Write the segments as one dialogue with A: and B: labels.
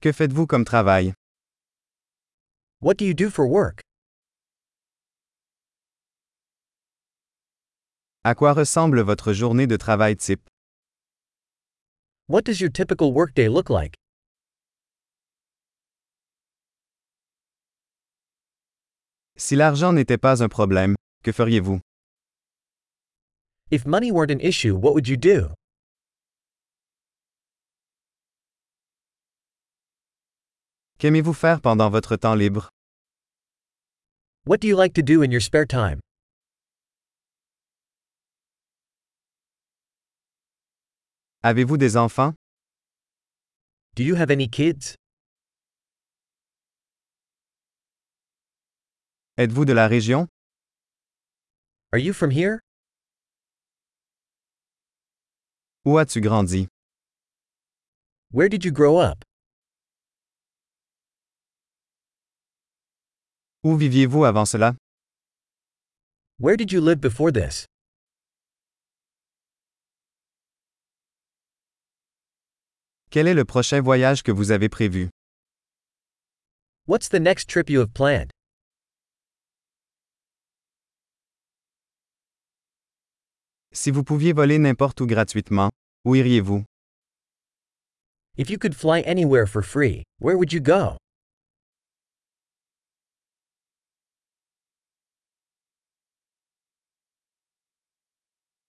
A: Que faites-vous comme travail?
B: What do you do for work?
A: À quoi ressemble votre journée de travail type?
B: What does your typical workday look like?
A: Si l'argent n'était pas un problème, que feriez-vous?
B: If money weren't an issue, what would you do?
A: Qu'aimez-vous faire pendant votre temps libre?
B: What do you like to do in your spare time?
A: Avez-vous des enfants?
B: Do you have any kids?
A: Êtes-vous de la région?
B: Are you from here?
A: Où as-tu grandi?
B: Where did you grow up?
A: Où viviez-vous avant cela?
B: Where did you live before this?
A: Quel est le prochain voyage que vous avez prévu?
B: What's the next trip you have planned?
A: Si vous pouviez voler n'importe où gratuitement, où iriez-vous?
B: If you could fly anywhere for free, where would you go?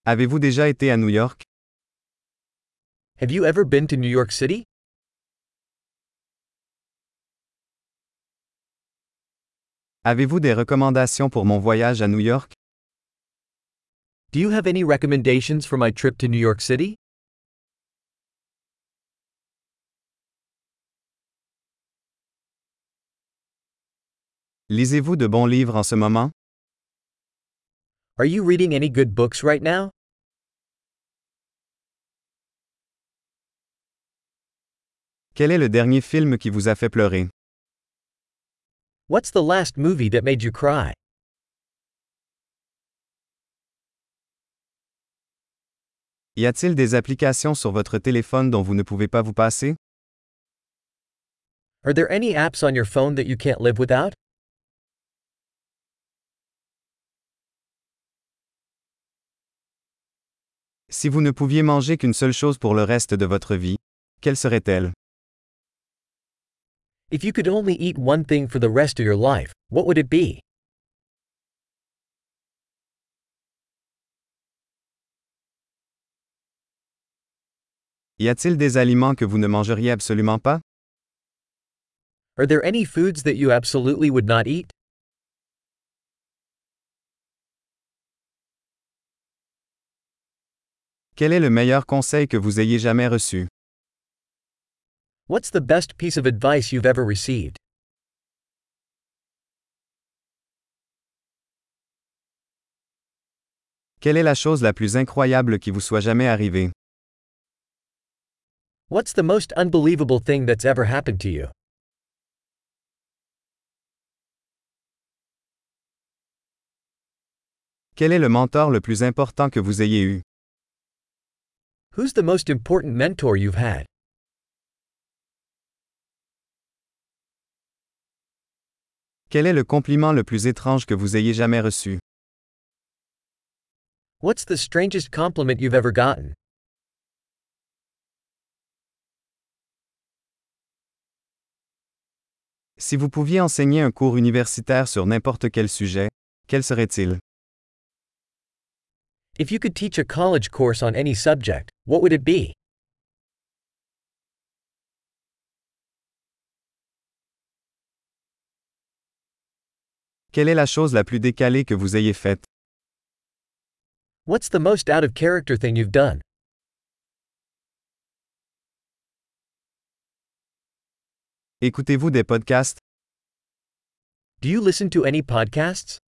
A: Avez-vous déjà été à New York?
B: Have you ever been to New York City?
A: Avez-vous des recommandations pour mon voyage à New York?
B: Do you have any recommendations for my trip to New York City?
A: Lisez-vous de bons livres en ce moment?
B: Are you reading any good books right now?
A: Quel est le dernier film qui vous a fait pleurer?
B: What's the last movie that made you cry?
A: Y a-t-il des applications sur votre téléphone dont vous ne pouvez pas vous passer?
B: Are there any apps on your phone that you can't live without?
A: Si vous ne pouviez manger qu'une seule chose pour le reste de votre vie, quelle serait-elle?
B: If you could only eat one thing for the rest of your life, what would it be?
A: Y a-t-il des aliments que vous ne mangeriez absolument pas?
B: Are there any foods that you absolutely would not eat?
A: Quel est le meilleur conseil que vous ayez jamais reçu?
B: What's the best piece of advice you've ever received?
A: Quelle est la chose la plus incroyable qui vous soit jamais arrivée?
B: What's the most unbelievable thing that's ever happened to you?
A: Quel est le mentor le plus important que vous ayez eu?
B: Who's the most important mentor you've had?
A: Quel est le compliment le plus étrange que vous ayez jamais reçu?
B: What's the strangest compliment you've ever gotten?
A: Si vous pouviez enseigner un cours universitaire sur n'importe quel sujet, quel serait-il?
B: If you could teach a college course on any subject, what would it be?
A: Quelle est la chose la plus décalée que vous ayez faite?
B: What's the most out of character thing you've done?
A: Écoutez-vous des podcasts?
B: Do you listen to any podcasts?